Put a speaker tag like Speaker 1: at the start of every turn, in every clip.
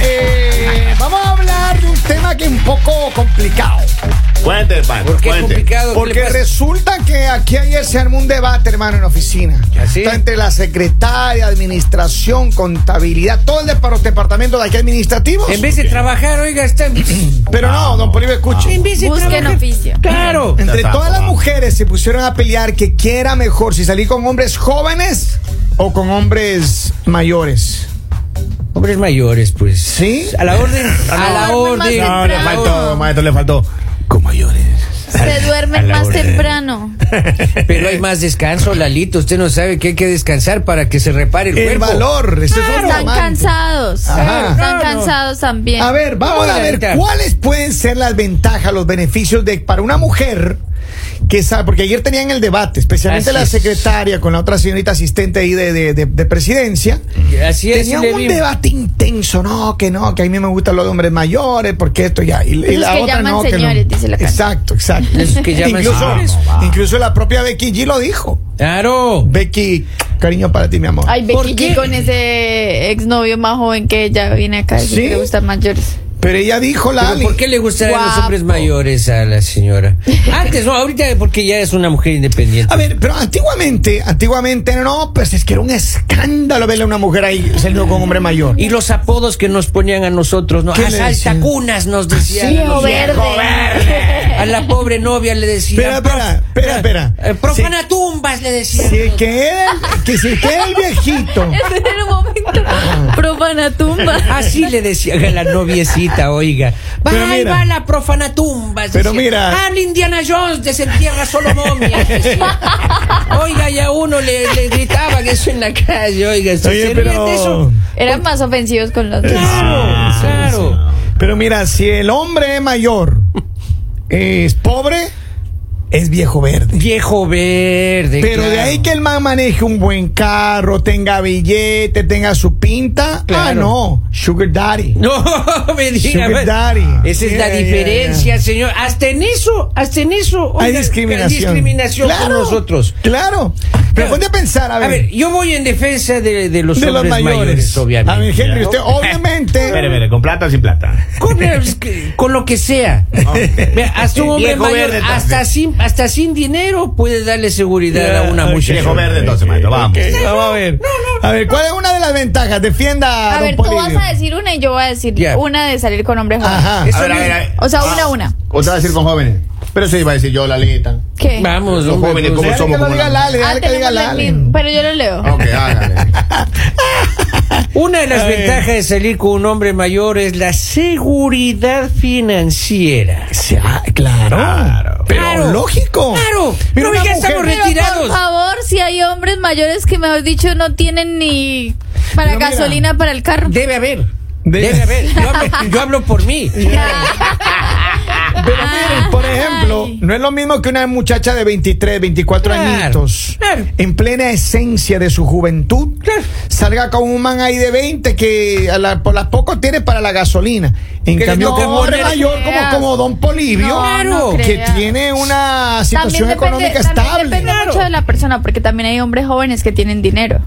Speaker 1: eh, poco complicado.
Speaker 2: Cuente, hermano.
Speaker 3: ¿Por qué
Speaker 2: cuente.
Speaker 3: complicado? ¿Qué pues? le
Speaker 1: Porque
Speaker 3: pasa?
Speaker 1: resulta que aquí ayer se armó un debate, hermano, en oficina.
Speaker 3: ¿Ah, sí?
Speaker 1: Está entre la secretaria, administración, contabilidad, todo el depar- departamento de aquí administrativos.
Speaker 3: En vez de trabajar, oiga, están.
Speaker 1: Pero no, don Polibio, escuche.
Speaker 3: En vez de
Speaker 4: Busquen
Speaker 3: trabajar-
Speaker 4: oficio.
Speaker 3: Claro.
Speaker 1: Entre
Speaker 2: Está
Speaker 1: todas las
Speaker 2: tomado.
Speaker 1: mujeres se pusieron a pelear que qué era mejor, si salir con hombres jóvenes o con hombres mayores.
Speaker 3: Hombres mayores, pues.
Speaker 1: ¿Sí?
Speaker 3: A la orden. A la
Speaker 4: duermen más
Speaker 3: orden.
Speaker 4: temprano.
Speaker 2: No, le faltó, maestro, le faltó. Con mayores.
Speaker 4: Se
Speaker 2: a
Speaker 4: duermen
Speaker 2: la
Speaker 4: más
Speaker 2: hora.
Speaker 4: temprano.
Speaker 3: Pero hay más descanso, Lalito. Usted no sabe que hay que descansar para que se repare el,
Speaker 1: El
Speaker 3: cuerpo.
Speaker 1: valor. ese es otro
Speaker 4: Ah, Están
Speaker 1: amante.
Speaker 4: cansados.
Speaker 1: Ajá.
Speaker 4: Están
Speaker 3: Claro.
Speaker 4: cansados también.
Speaker 1: A ver, vamos
Speaker 3: Hola,
Speaker 1: a ver
Speaker 3: Anita.
Speaker 1: cuáles pueden ser las ventajas, los beneficios de para una mujer que sabe, porque ayer tenían el debate, especialmente
Speaker 3: Así
Speaker 1: la
Speaker 3: es.
Speaker 1: secretaria con la otra señorita asistente ahí de, de- de- de presidencia.
Speaker 3: Así es.
Speaker 1: Tenían
Speaker 3: le
Speaker 1: un
Speaker 3: vimos.
Speaker 1: debate intenso, no, que no, que a mí me gustan los hombres mayores, porque esto ya. Y, y
Speaker 4: Los
Speaker 1: la
Speaker 4: que
Speaker 1: otra
Speaker 4: llaman
Speaker 1: no, que
Speaker 4: señores,
Speaker 1: no.
Speaker 4: dice la canción.
Speaker 1: Exacto, exacto.
Speaker 3: Los que llaman
Speaker 1: incluso,
Speaker 3: señores.
Speaker 1: incluso la propia Becky G lo dijo.
Speaker 3: Claro.
Speaker 1: Becky, cariño para ti, mi amor.
Speaker 4: Ay,
Speaker 3: ¿Por
Speaker 4: Becky
Speaker 3: qué?
Speaker 4: G con ese exnovio más joven que ella viene acá y
Speaker 1: ¿Sí?
Speaker 4: que le gustan mayores.
Speaker 1: Pero ella dijo,
Speaker 3: Pero
Speaker 1: Lali.
Speaker 3: ¿Por qué le gustarán los
Speaker 4: Guapo.
Speaker 3: hombres mayores a la señora? Antes, no, ahorita porque ya es una mujer independiente.
Speaker 1: A ver, pero antiguamente, antiguamente no, pues es que era un escándalo verle a una mujer ahí saliendo con un hombre mayor.
Speaker 3: Y los apodos que nos ponían a nosotros, ¿no?
Speaker 1: ¿Qué le decían?
Speaker 3: Asaltacunas nos decían. a
Speaker 4: Viejo
Speaker 3: nosotros.
Speaker 4: verde.
Speaker 3: A la pobre novia le decían.
Speaker 1: Espera, espera,
Speaker 3: "Prof-
Speaker 1: espera, espera.
Speaker 3: eh, profana tumbas le decían.
Speaker 1: Si es que era, el- que si es que era el viejito.
Speaker 4: Ese era un momento. Profanatumba.
Speaker 3: Así le decían a la noviecita, oiga. Va,
Speaker 1: Pero
Speaker 3: ahí
Speaker 1: mira.
Speaker 3: va la profana tumbas.
Speaker 1: Pero
Speaker 3: decían.
Speaker 1: mira.
Speaker 3: Ah, la Indiana Jones desentierra solo momias. decían. oiga, y a uno le, le gritaban eso en la calle, oiga. ¿se
Speaker 1: Oye,
Speaker 3: servían de
Speaker 1: pero,
Speaker 3: eso?
Speaker 4: Eran más ofensivos con los dos.
Speaker 3: Ah, Claro,
Speaker 2: Sí,
Speaker 3: claro.
Speaker 1: pero mira, si el hombre es mayor es pobre, es viejo verde.
Speaker 3: Viejo verde.
Speaker 1: Pero de
Speaker 3: claro.
Speaker 1: ahí que el man maneje un buen carro, tenga billete, tenga su pinta, ah
Speaker 3: Claro.
Speaker 1: no, sugar daddy.
Speaker 3: No, me diga.
Speaker 1: Sugar
Speaker 3: pues.
Speaker 1: daddy.
Speaker 3: Esa es
Speaker 1: Ya,
Speaker 3: la
Speaker 1: ya,
Speaker 3: diferencia, señor. Hasta en eso, hasta en eso.
Speaker 1: Hay
Speaker 3: oiga,
Speaker 1: discriminación.
Speaker 3: Hay discriminación con nosotros.
Speaker 1: Claro. Pero
Speaker 3: Claro.
Speaker 1: ponte a pensar,
Speaker 3: A ver, yo voy en defensa de, de los
Speaker 1: de los
Speaker 3: hombres
Speaker 1: mayores.
Speaker 3: mayores, obviamente.
Speaker 1: A ver, Henry,
Speaker 2: ¿no?
Speaker 1: usted
Speaker 2: Espere,
Speaker 1: obviamente.
Speaker 2: espere, con plata o sin plata.
Speaker 3: Con, el- con lo que sea. Vea, Hasta un hombre
Speaker 2: Viejo
Speaker 3: mayor,
Speaker 2: verde,
Speaker 3: hasta sin, hasta sin dinero, puede darle seguridad a una
Speaker 1: ok.
Speaker 3: muchacha.
Speaker 2: Viejo verde, entonces, maestro, vamos.
Speaker 1: vamos a ver. a ver, ¿cuál es una de las ventajas? Defienda
Speaker 4: A
Speaker 1: don
Speaker 4: ver, tú vas
Speaker 1: Polibio.
Speaker 4: a decir una y yo voy a decir
Speaker 3: Ya.
Speaker 4: una de salir con hombres jóvenes.
Speaker 1: Ajá.
Speaker 3: Eso
Speaker 2: A ver, a
Speaker 3: mismo.
Speaker 2: ver, a ver.
Speaker 4: O sea, una a
Speaker 2: Ah,
Speaker 4: una.
Speaker 5: Otra vez ir con jóvenes. Pero eso iba a decir yo, la lista.
Speaker 4: ¿Qué?
Speaker 3: Eh, Vamos,
Speaker 5: Los
Speaker 3: hombre,
Speaker 5: jóvenes,
Speaker 3: pues,
Speaker 5: ¿cómo
Speaker 1: Dale
Speaker 5: somos
Speaker 1: que lo
Speaker 5: como
Speaker 1: diga
Speaker 5: la-
Speaker 1: Lali,
Speaker 4: Ah,
Speaker 1: dale que diga
Speaker 4: tenemos la
Speaker 1: Lali.
Speaker 4: misma, pero yo lo
Speaker 2: Ah.
Speaker 4: leo.
Speaker 5: Ok, hágale.
Speaker 3: Una de las
Speaker 1: A ver.
Speaker 3: ventajas de salir con un hombre mayor es la seguridad financiera.
Speaker 1: Sí, ah, claro.
Speaker 2: Claro.
Speaker 1: Pero
Speaker 3: Claro.
Speaker 1: lógico.
Speaker 3: Claro.
Speaker 1: Mira,
Speaker 3: No,
Speaker 1: una
Speaker 3: ya
Speaker 1: mujer-
Speaker 3: estamos
Speaker 4: Pero
Speaker 3: retirados.
Speaker 4: por favor, si hay hombres mayores que, mejor dicho, no tienen ni para
Speaker 1: Pero mira.
Speaker 4: gasolina para el carro.
Speaker 3: Debe haber.
Speaker 1: De-
Speaker 3: Debe haber. Yo hablo, yo hablo por mí.
Speaker 1: Pero miren, por ejemplo,
Speaker 4: Ay.
Speaker 1: no es lo mismo que una muchacha de 23, 24
Speaker 3: Claro,
Speaker 1: añitos,
Speaker 3: claro.
Speaker 1: en plena esencia de su juventud,
Speaker 3: Claro.
Speaker 1: salga con un man ahí de 20 que a la- por las poco tiene para la gasolina. En
Speaker 3: Que le
Speaker 1: cambio,
Speaker 3: toque
Speaker 1: un hombre
Speaker 3: poner-
Speaker 1: mayor como,
Speaker 4: creas.
Speaker 1: como Don Polivio,
Speaker 4: No,
Speaker 3: Claro.
Speaker 4: no
Speaker 1: que
Speaker 4: creas.
Speaker 1: tiene una situación
Speaker 4: También
Speaker 1: económica
Speaker 4: también
Speaker 1: estable.
Speaker 4: depende mucho
Speaker 3: Claro.
Speaker 4: de la persona, porque también hay hombres jóvenes que tienen dinero.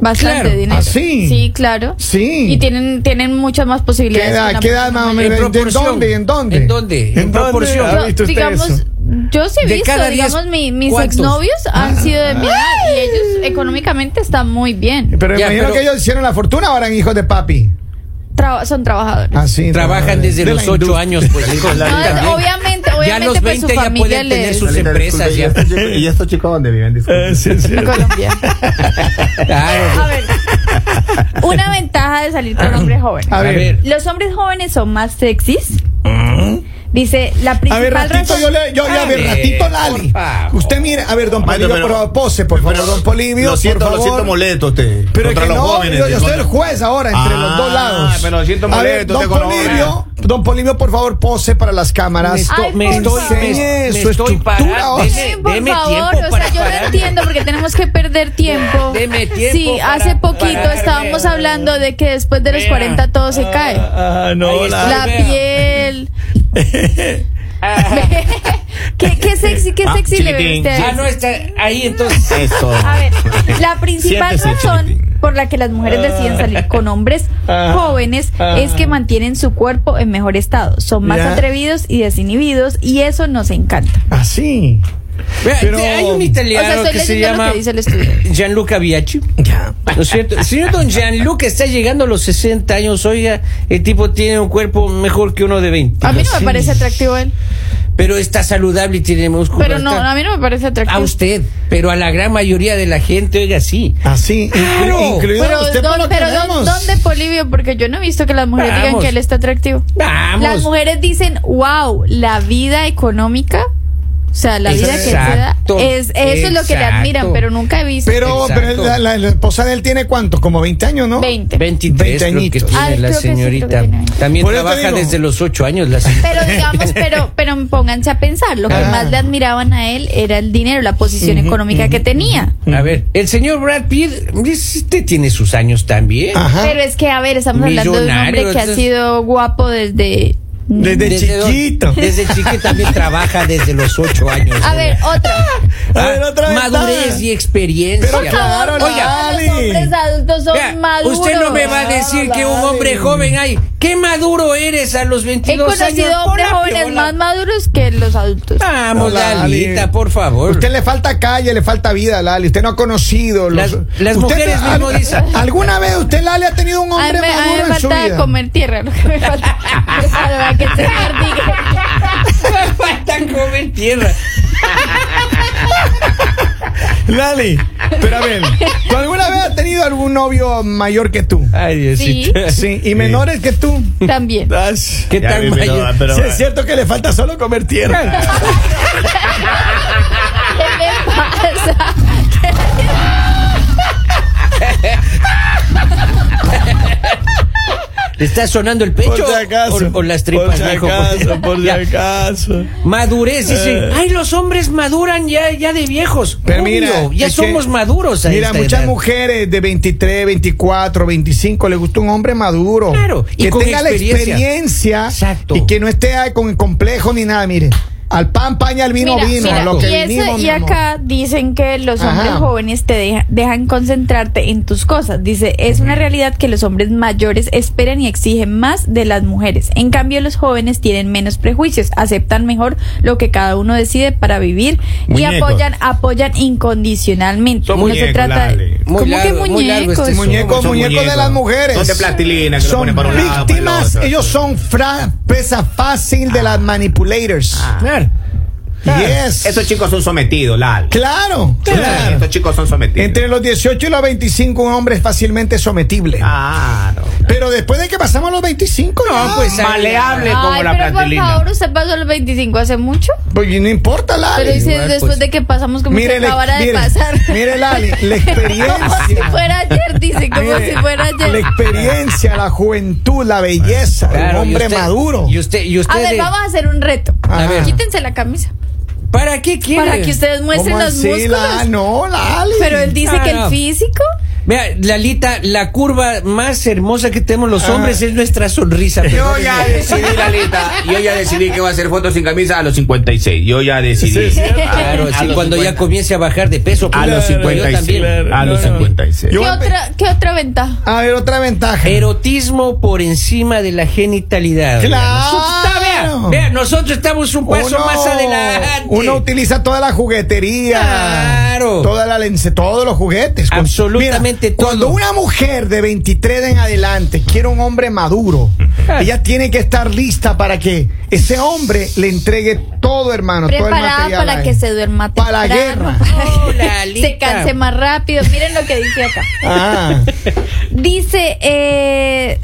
Speaker 4: Bastante
Speaker 3: Claro.
Speaker 4: dinero.
Speaker 1: ¿Ah, sí?
Speaker 4: Sí, claro.
Speaker 1: Sí.
Speaker 4: Y tienen, tienen muchas más
Speaker 1: ¿Qué
Speaker 4: posibilidades. que
Speaker 1: edad,
Speaker 4: una
Speaker 1: qué edad,
Speaker 4: persona
Speaker 1: más o menos?
Speaker 3: En
Speaker 4: mayor.
Speaker 1: ¿En- ¿En
Speaker 3: proporción.
Speaker 1: dónde? ¿En dónde?
Speaker 3: ¿En dónde? En proporción.
Speaker 1: ¿Ha
Speaker 4: Yo,
Speaker 1: visto usted
Speaker 4: digamos,
Speaker 1: eso?
Speaker 4: yo sí he
Speaker 3: De
Speaker 4: visto,
Speaker 3: cada diez,
Speaker 4: digamos, mi- mis
Speaker 3: ¿cuántos?
Speaker 4: exnovios
Speaker 1: Ah.
Speaker 4: han sido de mi edad y ellos económicamente están muy bien.
Speaker 1: Pero
Speaker 3: Ya,
Speaker 1: imagino
Speaker 3: pero-
Speaker 1: que ellos hicieron la fortuna ahora en hijos de papi.
Speaker 4: Traba- son trabajadores.
Speaker 1: Así.
Speaker 3: Trabajan
Speaker 1: de-
Speaker 3: desde
Speaker 1: de la
Speaker 3: los ocho
Speaker 1: industria.
Speaker 3: años, pues hijos.
Speaker 4: No,
Speaker 3: también.
Speaker 4: obviamente,
Speaker 3: Ya a
Speaker 4: obviamente,
Speaker 3: los
Speaker 4: pues su
Speaker 3: 20 ya
Speaker 4: familia
Speaker 3: pueden tener
Speaker 4: les-
Speaker 3: sus empresas
Speaker 5: ¿Y
Speaker 3: ya.
Speaker 5: estos chicos- ¿Y estos chicos dónde viven? Disculpe.
Speaker 1: Eh, sí, sí.
Speaker 4: Colombia.
Speaker 3: Claro.
Speaker 4: A ver, una ventaja de salir con hombres jóvenes.
Speaker 1: A
Speaker 3: A ver.
Speaker 1: ver,
Speaker 4: Los hombres jóvenes son más sexys. Dice la
Speaker 1: a
Speaker 4: principal
Speaker 1: ver, ratito,
Speaker 4: razón-
Speaker 1: yo le, yo, ya, a ver,
Speaker 3: Dale,
Speaker 1: ratito, Lali.
Speaker 3: por favor.
Speaker 1: Usted mire, a ver, don Polivio,
Speaker 5: pero-
Speaker 1: por favor, pose, por favor, don Polivio,
Speaker 5: Lo siento,
Speaker 1: por
Speaker 5: lo siento
Speaker 1: favor.
Speaker 5: molesto usted.
Speaker 1: Pero es
Speaker 5: contra
Speaker 1: que
Speaker 5: los
Speaker 1: no,
Speaker 5: jóvenes.
Speaker 1: yo, yo soy
Speaker 5: contra-
Speaker 1: el juez ahora entre
Speaker 5: Ah,
Speaker 1: los dos lados.
Speaker 5: pero lo siento
Speaker 1: a ver,
Speaker 5: molesto,
Speaker 1: don
Speaker 5: usted con
Speaker 1: Polivio, don Polivio, por favor, pose para las cámaras.
Speaker 3: esto-
Speaker 4: Ay, por favor.
Speaker 1: Enseñe
Speaker 3: me
Speaker 1: su
Speaker 3: estoy
Speaker 1: estructura
Speaker 3: parando.
Speaker 1: ahora.
Speaker 4: Sí,
Speaker 3: Deme-
Speaker 4: por
Speaker 3: deme
Speaker 4: favor,
Speaker 3: tiempo
Speaker 4: o sea,
Speaker 3: para
Speaker 4: yo
Speaker 3: pararme.
Speaker 4: lo entiendo porque tenemos que perder tiempo.
Speaker 3: Deme tiempo
Speaker 4: Sí,
Speaker 3: para
Speaker 4: hace poquito
Speaker 3: pararme.
Speaker 4: estábamos hablando de que después de los
Speaker 3: Vea.
Speaker 4: 40 todo se cae.
Speaker 1: Ah,
Speaker 3: Ahí
Speaker 1: no,
Speaker 3: está.
Speaker 1: la...
Speaker 4: La
Speaker 3: vea.
Speaker 4: piel.
Speaker 3: Ah,
Speaker 4: ¿Qué, qué sexy, qué
Speaker 2: Ah,
Speaker 4: sexy le
Speaker 2: chiquitín.
Speaker 4: viste a
Speaker 3: Ah,
Speaker 4: eso?
Speaker 3: no, está ahí entonces.
Speaker 1: Eh,
Speaker 2: Eso.
Speaker 4: A ver, la principal
Speaker 2: Siéntese,
Speaker 4: razón
Speaker 2: chiquitín.
Speaker 4: por la que las
Speaker 1: Ah.
Speaker 4: mujeres deciden salir con hombres jóvenes es que mantienen su cuerpo en mejor estado, son más
Speaker 1: Ya.
Speaker 4: atrevidos y desinhibidos y eso nos encanta.
Speaker 1: Así.
Speaker 3: Vea,
Speaker 1: Pero-
Speaker 3: Hay un
Speaker 4: O sea,
Speaker 3: italiano
Speaker 4: estoy
Speaker 3: que se
Speaker 4: leyendo
Speaker 3: llama
Speaker 4: lo que dice el estudio.
Speaker 3: Gianluca Biachi.
Speaker 1: Ya.
Speaker 3: ¿No es cierto? Señor Don Gianluca está llegando a los 60 años. Oiga, el tipo tiene un cuerpo mejor que uno de 20.
Speaker 4: A mí no me parece atractivo él,
Speaker 3: Pero está saludable y tiene músculo.
Speaker 4: pero no,
Speaker 3: está-
Speaker 4: a mí no me parece
Speaker 3: A
Speaker 4: atractivo.
Speaker 3: usted, pero a la gran mayoría de la gente, oiga, sí.
Speaker 1: Así. inclu-
Speaker 3: Claro.
Speaker 1: Incluido
Speaker 4: Pero,
Speaker 1: usted por
Speaker 4: ¿dó-
Speaker 1: lo que
Speaker 4: pero ¿dó-
Speaker 1: vemos.
Speaker 4: ¿dónde Polivio? Porque yo no he visto que las mujeres digan
Speaker 3: Vamos.
Speaker 4: que él está atractivo.
Speaker 3: Vamos.
Speaker 4: Las mujeres dicen, wow, la vida económica, o sea, la vida que él se da,
Speaker 3: Exacto,
Speaker 4: es, eso es lo que le
Speaker 3: exacto.
Speaker 4: admiran, pero nunca he visto.
Speaker 1: Pero,
Speaker 3: Exacto.
Speaker 1: pero la, la- la esposa de él tiene cuánto? Como 20 años, ¿no?
Speaker 4: 20.
Speaker 3: 23 creo que
Speaker 1: añitos.
Speaker 3: tiene
Speaker 4: Ay,
Speaker 3: la
Speaker 4: creo que sí,
Speaker 3: señorita.
Speaker 4: creo que tiene.
Speaker 3: También
Speaker 1: Por eso te
Speaker 3: trabaja
Speaker 1: digo.
Speaker 3: desde los 8 años la señorita.
Speaker 4: Pero digamos, pero, pero pónganse a pensar, lo que
Speaker 1: Ah.
Speaker 4: más le admiraban a él era el dinero, la posición económica que tenía.
Speaker 3: A ver, el señor Brad Pitt, usted tiene sus años también.
Speaker 1: Ajá.
Speaker 4: Pero es que, a ver, estamos hablando de un
Speaker 3: Millonario,
Speaker 4: hombre que ha
Speaker 3: entonces-
Speaker 4: sido guapo desde...
Speaker 1: Desde,
Speaker 3: don-
Speaker 1: chiquito.
Speaker 3: desde chiquito también trabaja desde los 8 años. Ah,
Speaker 4: A ver, otra.
Speaker 1: A ver, otra vez.
Speaker 3: Madurez y experiencia.
Speaker 1: Pero
Speaker 4: Por favor,
Speaker 1: Claro,
Speaker 4: oiga,
Speaker 1: Lali.
Speaker 4: los hombres adultos son
Speaker 3: Vea,
Speaker 4: maduros.
Speaker 3: usted no me va a decir que un hombre joven hay. ¿Qué maduro eres a los
Speaker 4: He
Speaker 3: 22 años?
Speaker 4: conocido
Speaker 3: Pon
Speaker 4: hombres
Speaker 3: la
Speaker 4: jóvenes
Speaker 3: piola.
Speaker 4: más maduros que los adultos.
Speaker 3: Vamos,
Speaker 1: No, Lali.
Speaker 3: Lalita, por favor.
Speaker 1: Usted le falta calle, le falta vida, Lali. Usted no ha conocido. Los,
Speaker 3: Las- las
Speaker 1: Usted-
Speaker 3: mujeres
Speaker 1: al-
Speaker 3: mismo dicen.
Speaker 1: ¿Alguna vez usted, Lali, ha tenido un
Speaker 4: A mí
Speaker 1: hombre
Speaker 4: me, a mí me
Speaker 1: maduro en su
Speaker 4: falta
Speaker 1: vida?
Speaker 4: comer tierra, lo que me falta. Pues, Para que se perdiga.
Speaker 3: falta comer tierra.
Speaker 1: Lali, pero a ver, ¿tú alguna vez has tenido algún novio mayor que tú?
Speaker 3: Ay,
Speaker 4: Sí.
Speaker 3: Diosito.
Speaker 1: Sí, y menores que tú.
Speaker 4: También.
Speaker 1: As-
Speaker 3: ¿Qué
Speaker 2: Ya
Speaker 3: tal,
Speaker 2: vi, pero-
Speaker 3: mayor?
Speaker 2: pero-
Speaker 1: Sí, es cierto que le falta solo comer tierra.
Speaker 4: ¿Qué le pasa?
Speaker 3: ¿Le está sonando el pecho? O, o las tripas, viejo? Ya.
Speaker 1: acaso.
Speaker 3: Madurez, dice.
Speaker 1: Eh.
Speaker 3: Ay, los hombres maduran ya, ya de viejos.
Speaker 1: Pero
Speaker 3: Obvio,
Speaker 1: mira,
Speaker 3: ya
Speaker 1: es que-
Speaker 3: somos maduros. a
Speaker 1: Mira,
Speaker 3: esta
Speaker 1: muchas
Speaker 3: edad.
Speaker 1: mujeres de 23, 24, 25 le gusta un hombre maduro.
Speaker 3: Claro, y
Speaker 1: que
Speaker 3: con
Speaker 1: tenga la
Speaker 3: experiencia.
Speaker 1: experiencia
Speaker 3: Exacto.
Speaker 1: y que no esté ahí con el complejo ni nada. Mire, al pan, paña, al vino,
Speaker 4: Mira,
Speaker 1: vino.
Speaker 4: mira,
Speaker 1: a lo que
Speaker 4: y, eso-
Speaker 1: vinimos, mi
Speaker 4: y
Speaker 1: amor.
Speaker 4: acá dicen que los
Speaker 1: Ajá.
Speaker 4: hombres jóvenes te deja- dejan concentrarte en tus cosas. Dice, es una realidad que los hombres mayores esperan y exigen más de las mujeres. En cambio, los jóvenes tienen menos prejuicios, aceptan mejor lo que cada uno decide para vivir y
Speaker 2: Muñecos.
Speaker 4: apoyan, apoyan incondicionalmente.
Speaker 2: Son
Speaker 4: no se
Speaker 2: muñecos,
Speaker 4: trata
Speaker 2: Lale.
Speaker 4: de
Speaker 3: Muy
Speaker 4: ¿Cómo que
Speaker 3: largo, muy largo
Speaker 4: muñecos?
Speaker 3: este son.
Speaker 1: Muñecos,
Speaker 2: Son
Speaker 1: muñecos de
Speaker 2: muñecos.
Speaker 1: las mujeres.
Speaker 2: Son de plastilina que lo
Speaker 1: Son
Speaker 2: ponen para un lado, para el
Speaker 1: víctimas,
Speaker 2: otro.
Speaker 1: ellos son fra- presa fácil de las manipulators.
Speaker 2: Ah.
Speaker 3: Claro.
Speaker 1: Yes.
Speaker 2: Esos chicos son sometidos, Lal.
Speaker 1: Claro,
Speaker 2: Sí,
Speaker 1: claro.
Speaker 2: Estos chicos son sometidos.
Speaker 1: Entre los 18 y los 25 un hombre es fácilmente sometible.
Speaker 2: Ah. Claro.
Speaker 1: Pero después de que pasamos los 25, no,
Speaker 3: No, pues,
Speaker 1: pues,
Speaker 2: Maleable como
Speaker 4: Ay,
Speaker 2: la
Speaker 4: pero por
Speaker 2: plastilina.
Speaker 4: favor, usted pasó los 25 hace mucho.
Speaker 1: pues, no importa,
Speaker 4: Pero
Speaker 1: Lali.
Speaker 4: dice,
Speaker 3: igual,
Speaker 4: después
Speaker 3: pues.
Speaker 4: de que pasamos como
Speaker 1: Mire,
Speaker 4: si
Speaker 1: le-
Speaker 4: acabara
Speaker 1: mire,
Speaker 4: de pasar.
Speaker 1: mire, Lali, la
Speaker 4: como si
Speaker 1: experiencia.
Speaker 4: fuera ayer, dice, como
Speaker 1: Mire,
Speaker 4: si fuera ayer.
Speaker 1: La experiencia, la juventud, la belleza, el
Speaker 3: Claro, y
Speaker 1: hombre
Speaker 3: usted-
Speaker 1: maduro.
Speaker 3: Y usted, y usted
Speaker 4: A ver,
Speaker 3: de-
Speaker 4: vamos a hacer un reto.
Speaker 1: A
Speaker 4: Ajá.
Speaker 1: ver.
Speaker 4: Quítense la camisa.
Speaker 3: ¿Para qué quiere?
Speaker 4: Para que ustedes muestren
Speaker 1: ¿Cómo
Speaker 4: los
Speaker 1: así,
Speaker 4: músculos.
Speaker 1: la- no, Lali.
Speaker 4: Pero él dice
Speaker 3: Ah,
Speaker 4: que el
Speaker 3: no.
Speaker 4: físico.
Speaker 3: Vea, Lalita, la curva más hermosa que tenemos
Speaker 1: Ah.
Speaker 3: los hombres es nuestra sonrisa.
Speaker 2: Yo
Speaker 3: perdóneme.
Speaker 2: ya decidí, Lalita. Yo ya decidí que voy a hacer fotos sin camisa a los 56. Yo ya decidí.
Speaker 3: Claro,
Speaker 2: A
Speaker 3: sí,
Speaker 2: los
Speaker 3: cuando ya
Speaker 2: 50.
Speaker 3: comience a bajar de peso.
Speaker 2: A
Speaker 3: claro,
Speaker 2: los
Speaker 3: yo
Speaker 2: 56.
Speaker 3: también.
Speaker 2: A los
Speaker 1: no, no.
Speaker 2: 56.
Speaker 1: Yo
Speaker 4: ¿Qué
Speaker 1: voy a empe-
Speaker 4: otra, ¿Qué otra ventaja?
Speaker 1: A ver, otra ventaja.
Speaker 3: Erotismo por encima de la genitalidad.
Speaker 1: Claro.
Speaker 3: Nosotros, está, vea, vea, nosotros estamos un paso
Speaker 1: Uno-
Speaker 3: Pues, más adelante.
Speaker 1: Uno utiliza toda la juguetería.
Speaker 3: Claro.
Speaker 1: Toda la lense, todos los juguetes. Cu-
Speaker 3: Absolutamente
Speaker 1: Mira,
Speaker 3: todo.
Speaker 1: Cuando una mujer de 23 en adelante quiere un hombre maduro, ella tiene que estar lista para que ese hombre le entregue todo, hermano. todo el
Speaker 4: Preparada
Speaker 1: material
Speaker 4: para
Speaker 1: ahí.
Speaker 4: que se duerma
Speaker 1: Para la guerra.
Speaker 4: temprano, para-
Speaker 3: Oh, Lalita.
Speaker 4: se canse más rápido. Miren lo que dice acá.
Speaker 1: Ah,
Speaker 4: Dice, eh,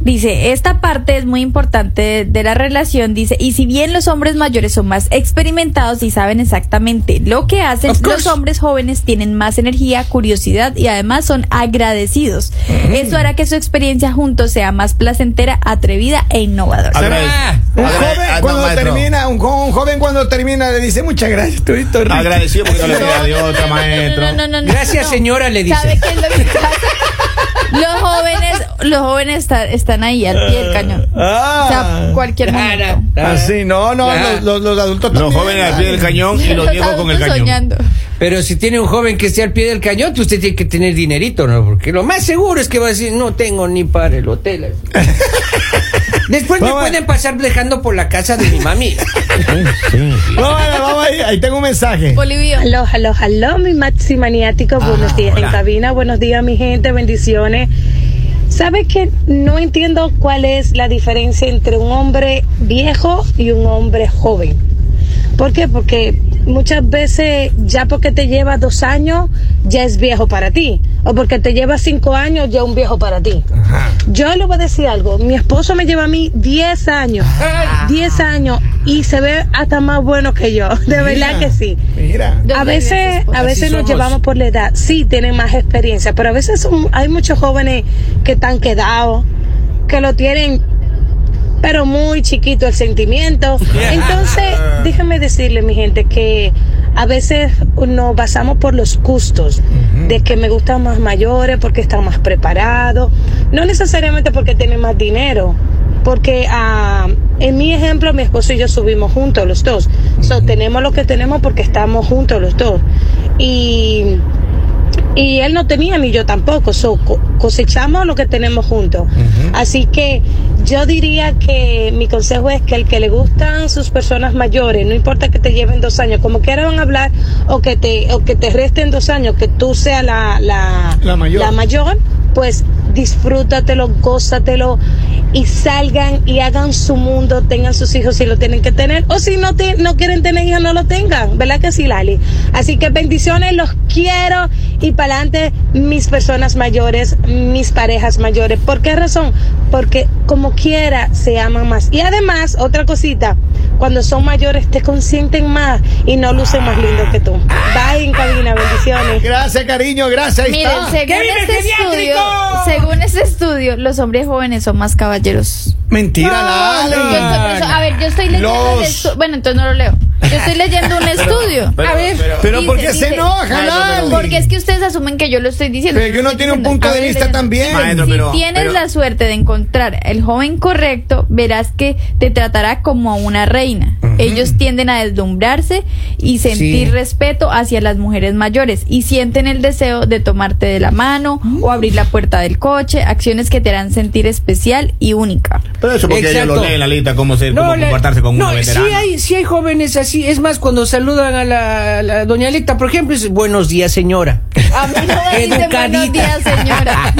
Speaker 4: dice, esta parte es muy importante de, de la relación, dice, y si bien los hombres mayores son más experimentados y saben exactamente lo que hacen,
Speaker 3: Of course.
Speaker 4: los hombres jóvenes tienen más energía, curiosidad y además son agradecidos. Eso hará que su experiencia juntos sea más placentera, atrevida e innovadora.
Speaker 3: Ah,
Speaker 2: Agrade-
Speaker 1: un
Speaker 2: agrade-
Speaker 1: joven
Speaker 2: ah, no,
Speaker 1: cuando
Speaker 2: maestro.
Speaker 1: termina, un, jo- un joven cuando termina le dice muchas gracias, tuviste rico".
Speaker 2: Agradecido porque no le queda de
Speaker 4: No, no,
Speaker 2: otra,
Speaker 4: no, no, no,
Speaker 2: maestro.
Speaker 4: no, no, no, no,
Speaker 3: Gracias,
Speaker 4: no.
Speaker 3: señora, le dice.
Speaker 4: ¿Sabe qué es lo que pasa? Los jóvenes los jóvenes está- están ahí al pie del cañón.
Speaker 1: Ah.
Speaker 4: O sea, cualquier momento.
Speaker 1: Así, no, no,
Speaker 3: Claro.
Speaker 1: los, los- los adultos
Speaker 2: Los
Speaker 1: también.
Speaker 2: jóvenes al pie del cañón y los viejos con el
Speaker 4: adultos
Speaker 2: cañón.
Speaker 4: soñando.
Speaker 3: Pero si tiene un joven que esté al pie del cañón, tú usted tiene que tener dinerito, ¿no? Porque lo más seguro es que va a decir, no tengo ni para el hotel. Después me
Speaker 1: Vamos a-
Speaker 3: pueden pasar dejando por la casa de mi mami.
Speaker 1: No, bueno, vamos ahí, ahí tengo un mensaje.
Speaker 4: Bolivia.
Speaker 6: Aló, aló, aló, mi maxi maniático. buenos días en cabina, buenos días, mi gente, bendiciones. ¿Sabes que no entiendo cuál es la diferencia entre un hombre viejo y un hombre joven? ¿Por qué? Porque muchas veces ya porque te lleva dos años ya es viejo para ti. O porque te lleva cinco años ya un viejo para ti. Yo le voy a decir algo. Mi esposo me lleva a mí 10 años. 10 años. Y se ve hasta más bueno que yo. De verdad que sí.
Speaker 1: Mira.
Speaker 4: ¿Dónde
Speaker 6: A veces,
Speaker 4: vives, esposa?
Speaker 6: a veces
Speaker 3: Así
Speaker 6: nos
Speaker 3: somos.
Speaker 6: llevamos por la edad. Sí, tienen más experiencia, pero a veces son- hay muchos jóvenes que están quedados, que lo tienen, pero muy chiquito el sentimiento. Entonces, déjame decirle, mi gente, que a veces nos basamos por los gustos, de que me gustan más mayores porque están más preparados, no necesariamente porque tienen más dinero. Porque ah, en mi ejemplo, mi esposo y yo subimos juntos los dos. So, tenemos lo que tenemos porque estamos juntos los dos. Y, y él no tenía ni yo tampoco. So, co- cosechamos lo que tenemos juntos. Así que yo diría que mi consejo es que el que le gustan sus personas mayores, no importa que te lleven dos años, como quieran van a hablar o que te, o que te resten dos años, que tú seas la, la,
Speaker 1: La mayor.
Speaker 6: la mayor, pues disfrútatelo, gózatelo y salgan y hagan su mundo, tengan sus hijos si lo tienen que tener o si no, te- no quieren tener hijos, no lo tengan, ¿verdad que sí, Lali? Así que bendiciones, los quiero y para adelante mis personas mayores, mis parejas mayores. ¿Por qué razón? Porque como quiera se aman más. Y además, otra cosita, cuando son mayores te consienten más y no lucen más lindo que tú. Bye en cabina, bendiciones.
Speaker 1: Gracias, cariño, gracias. ahí
Speaker 4: Miren,
Speaker 1: está.
Speaker 4: según este estudio, según este estudio, los hombres jóvenes son más caballeros.
Speaker 1: Mentira,
Speaker 4: Yo
Speaker 1: Lali.
Speaker 4: estoy por eso- a ver, yo estoy leyendo el
Speaker 1: Los-
Speaker 4: estu- bueno, entonces no lo leo. Yo estoy leyendo un estudio.
Speaker 2: pero-
Speaker 4: a ver,
Speaker 2: pero-
Speaker 1: Pero ¿por qué se enoja,
Speaker 4: enojan?
Speaker 1: Lali?
Speaker 4: Porque es que ustedes asumen que yo lo estoy diciendo.
Speaker 1: Pero que
Speaker 4: Yo no
Speaker 1: uno
Speaker 4: estoy
Speaker 1: tiene un
Speaker 4: diciendo.
Speaker 1: punto
Speaker 4: A
Speaker 1: de
Speaker 4: ver,
Speaker 1: vista
Speaker 4: leyendo.
Speaker 1: también.
Speaker 2: Maestro,
Speaker 4: Si
Speaker 2: pero-
Speaker 4: tienes
Speaker 2: pero-
Speaker 4: la suerte de encontrar el joven correcto, verás que te tratará como a una reina. Ellos tienden a deslumbrarse y sentir
Speaker 3: Sí.
Speaker 4: respeto hacia las mujeres mayores y sienten el deseo de tomarte de la mano o abrir la puerta del coche, acciones que te harán sentir especial y única.
Speaker 5: Pero eso porque ellos lo
Speaker 3: Exacto.
Speaker 5: leen la lista, cómo, ser, cómo
Speaker 3: le-
Speaker 5: comportarse con
Speaker 3: no,
Speaker 5: una veterana.
Speaker 3: Sí hay, sí hay jóvenes así. Es más, cuando saludan a la, a la doña Lita, por ejemplo, es buenos días, señora.
Speaker 4: A mí no me dicen buenos días, señora.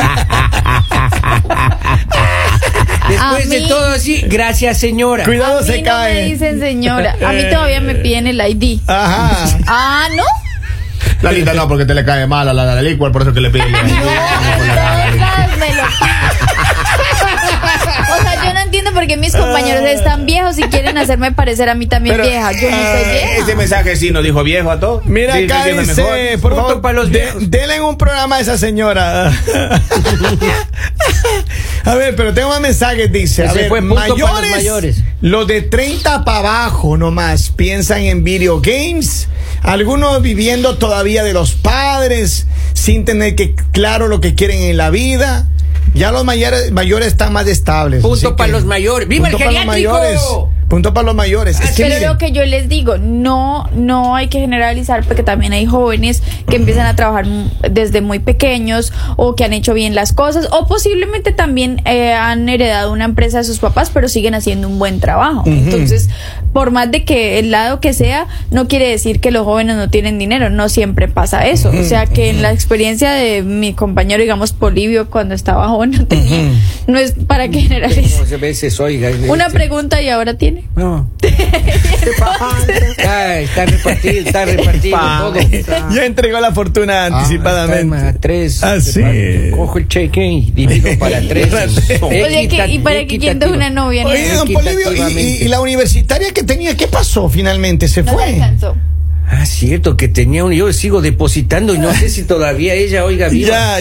Speaker 3: Después
Speaker 4: A
Speaker 3: de
Speaker 4: mí-
Speaker 3: todo así, gracias, señora.
Speaker 1: Cuidado,
Speaker 4: a mí
Speaker 1: se
Speaker 4: no me
Speaker 1: cae.
Speaker 4: dicen señora. A mí todavía me piden el ID.
Speaker 1: Ajá.
Speaker 4: Ah, ¿no?
Speaker 5: La lista no, porque te le cae mal a la, la licua, por eso que le piden.
Speaker 4: Todas me lo piden. O sea, yo no entiendo por qué mis compañeros están viejos y quieren hacerme parecer a mí también
Speaker 1: Pero,
Speaker 4: vieja. Ah, Yo no soy vieja.
Speaker 2: eh, Ah, Ese mensaje sí nos dijo viejo a todos.
Speaker 1: Mira
Speaker 2: Sí,
Speaker 1: acá
Speaker 2: sí, sí,
Speaker 1: dice,
Speaker 2: mejor.
Speaker 1: por
Speaker 3: Punto
Speaker 1: favor,
Speaker 3: para los
Speaker 1: de-
Speaker 3: viejos.
Speaker 1: denle un programa a esa señora. a ver, pero tengo más mensajes, dice. A
Speaker 3: Ese
Speaker 1: ver,
Speaker 3: fue punto para los mayores.
Speaker 1: Los de 30 para abajo nomás piensan en video games. Algunos viviendo todavía de los padres, sin tener que claro lo que quieren en la vida. Ya los mayores, mayores están más estables.
Speaker 3: Punto
Speaker 1: así
Speaker 3: para
Speaker 1: que-
Speaker 3: los mayores. ¡Viva el
Speaker 1: punto para los
Speaker 3: geriátrico! Ah,
Speaker 1: mayores. Punto para los mayores. Es que
Speaker 4: Pero
Speaker 1: miren,
Speaker 4: lo que yo les digo, no, no hay que generalizar porque también hay jóvenes que empiezan a trabajar m- desde muy pequeños o que han hecho bien las cosas o posiblemente también eh, han heredado una empresa de sus papás pero siguen haciendo un buen trabajo. Entonces, por más de que el lado que sea, no quiere decir que los jóvenes no tienen dinero, no siempre pasa eso. O sea que en la experiencia de mi compañero, digamos, Polivio, cuando estaba joven, no tenía, no es para que generalice.
Speaker 3: A veces, oiga.
Speaker 4: Una
Speaker 3: este-
Speaker 4: pregunta y ahora tiene.
Speaker 3: No. Ay, está repartido, está repartido todo.
Speaker 1: Ah,
Speaker 3: Ah,
Speaker 1: ya entregó la fortuna anticipadamente.
Speaker 3: Toma, tres.
Speaker 1: Ah, sí.
Speaker 3: Reparto. Cojo el cheque y divido para tres.
Speaker 4: O sea Pues que, ¿y para qué quién
Speaker 3: quién
Speaker 4: es una novia?
Speaker 1: Oye, don Polibio, y- y,
Speaker 3: Equitativamente.
Speaker 1: y la universitaria que tenía, ¿qué pasó finalmente? ¿Se
Speaker 4: No
Speaker 1: fue?
Speaker 4: la alcanzó.
Speaker 3: Ah, cierto, que tenía un. Yo sigo depositando y no sé si todavía ella, oiga, viva.
Speaker 1: Ya,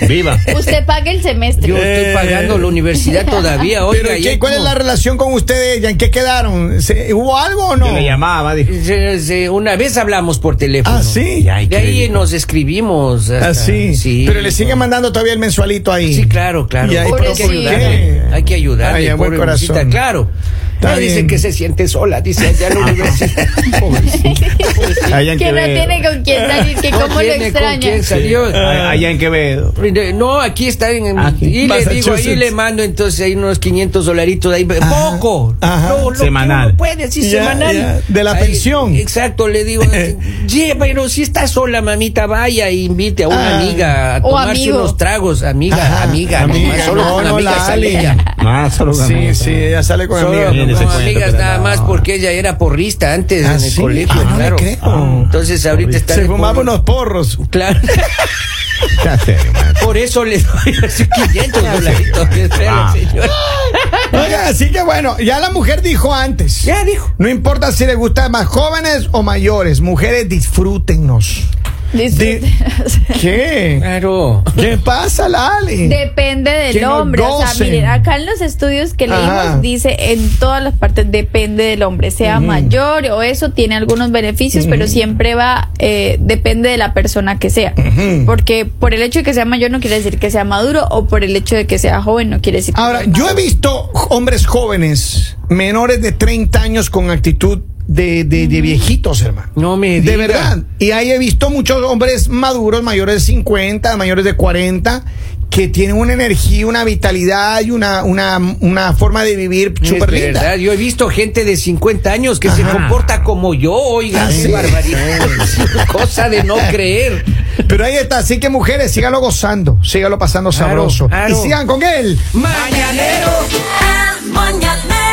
Speaker 1: ya.
Speaker 5: Viva.
Speaker 4: Usted paga el semestre.
Speaker 3: Yo estoy pagando la universidad todavía,
Speaker 1: Eh.
Speaker 3: oiga.
Speaker 1: Pero ¿y
Speaker 3: y
Speaker 1: qué-
Speaker 3: es
Speaker 1: ¿cuál es
Speaker 3: como-
Speaker 1: la relación con ustedes? ella? ¿En qué quedaron? ¿Se- ¿Hubo algo o no?
Speaker 5: Yo le llamaba, dije.
Speaker 3: eh, Se- se- Una vez hablamos por teléfono.
Speaker 1: Ah, sí.
Speaker 5: Ya, ¿y
Speaker 3: De
Speaker 5: qué
Speaker 3: ahí
Speaker 5: dijo?
Speaker 3: nos escribimos. hasta-
Speaker 1: Así.
Speaker 3: Sí.
Speaker 1: Ah, Pero le sigue mandando todavía el mensualito ahí.
Speaker 3: Sí, claro, claro.
Speaker 1: Y ahí,
Speaker 3: Hay que
Speaker 4: ¿por qué?
Speaker 3: ayudarle. Hay que ayudarle.
Speaker 1: Ay, a buen
Speaker 3: pobre
Speaker 1: corazón.
Speaker 3: muchachita, Claro.
Speaker 1: Está
Speaker 3: Ay, dice
Speaker 1: bien.
Speaker 3: que se siente sola, dice allá en la universidad.
Speaker 1: pues,
Speaker 5: Allá en
Speaker 4: que no
Speaker 5: Quevedo.
Speaker 4: tiene con quién salir, que cómo lo
Speaker 3: tiene con
Speaker 4: extraña.
Speaker 3: quién salió.
Speaker 1: Ah.
Speaker 5: A- Allá en Quevedo.
Speaker 3: Mire, No, aquí está en,
Speaker 5: Aquí.
Speaker 3: y le digo, ahí
Speaker 1: Massachusetts.
Speaker 3: le mando entonces ahí unos 500 dolaritos de ahí, poco,
Speaker 1: ajá.
Speaker 3: Lo- lo que
Speaker 5: Semanal.
Speaker 3: uno puede, sí,
Speaker 1: Ya,
Speaker 3: semanal.
Speaker 1: ya, de la
Speaker 3: Ahí,
Speaker 1: pensión.
Speaker 3: Exacto, le digo, "Yeah, pero si está sola, mamita, vaya e invite a
Speaker 1: Ah.
Speaker 3: una amiga a
Speaker 4: O
Speaker 3: tomarse
Speaker 4: amigo.
Speaker 3: unos tragos, amiga,
Speaker 1: Ajá,
Speaker 3: amiga,
Speaker 1: amiga,
Speaker 3: nomás, solo
Speaker 1: no,
Speaker 3: con
Speaker 1: no,
Speaker 3: amigas
Speaker 1: la
Speaker 3: sale
Speaker 1: Ali.
Speaker 3: ella.
Speaker 5: Ah, solo
Speaker 1: Sí, sí, ella sale con
Speaker 3: Solo
Speaker 1: amigas.
Speaker 5: Viene
Speaker 3: con
Speaker 5: ese cuento,
Speaker 3: amigas
Speaker 5: pero
Speaker 3: nada
Speaker 5: no.
Speaker 3: más porque ella era porrista antes
Speaker 1: Ah,
Speaker 3: en el
Speaker 1: ¿sí?
Speaker 3: colegio,
Speaker 1: Ah, no le
Speaker 3: claro.
Speaker 1: creo.
Speaker 3: Entonces ahorita está
Speaker 1: Se
Speaker 3: de
Speaker 1: fumaba
Speaker 3: porro.
Speaker 1: unos porros.
Speaker 3: Claro.
Speaker 5: Ya sé, hermano.
Speaker 3: Por eso le doy así 500
Speaker 1: Ah,
Speaker 3: dolaritos que trae la
Speaker 5: Ah.
Speaker 3: señora.
Speaker 1: Oiga, así que bueno, ya la mujer dijo antes.
Speaker 3: Ya dijo.
Speaker 1: No importa si les gusta más jóvenes o mayores, mujeres disfrútennos.
Speaker 4: Disfrute.
Speaker 1: ¿Qué?
Speaker 3: Claro.
Speaker 1: ¿Qué pasa, Lali?
Speaker 4: Depende
Speaker 1: Que
Speaker 4: del
Speaker 1: no
Speaker 4: hombre. O sea,
Speaker 1: gocen.
Speaker 4: miren, acá en los estudios que leímos
Speaker 1: Ajá.
Speaker 4: dice en todas las partes depende del hombre, sea mayor o eso, tiene algunos beneficios, pero siempre va, eh, depende de la persona que sea. Porque por el hecho de que sea mayor no quiere decir que sea maduro o por el hecho de que sea joven no quiere decir que
Speaker 1: Ahora,
Speaker 4: sea
Speaker 1: yo he visto hombres jóvenes, menores de 30 años con actitud de, de- de viejitos, hermano.
Speaker 3: No
Speaker 1: De
Speaker 3: me diga.
Speaker 1: verdad. Y ahí he visto muchos hombres maduros, mayores de 50, mayores de 40, que tienen una energía, una vitalidad y una, una, una forma de vivir
Speaker 3: Es
Speaker 1: súper linda.
Speaker 3: verdad, yo he visto gente de 50 años que se
Speaker 1: Ajá.
Speaker 3: comporta como yo, oiga,
Speaker 1: Ah,
Speaker 3: qué
Speaker 1: sí.
Speaker 3: barbaridad. Cosa de no creer.
Speaker 1: Pero ahí está. Así que mujeres, síganlo gozando, síganlo pasando
Speaker 3: Claro,
Speaker 1: sabroso.
Speaker 3: claro.
Speaker 1: Y sigan con él.
Speaker 3: Mañanero.
Speaker 7: El mañanero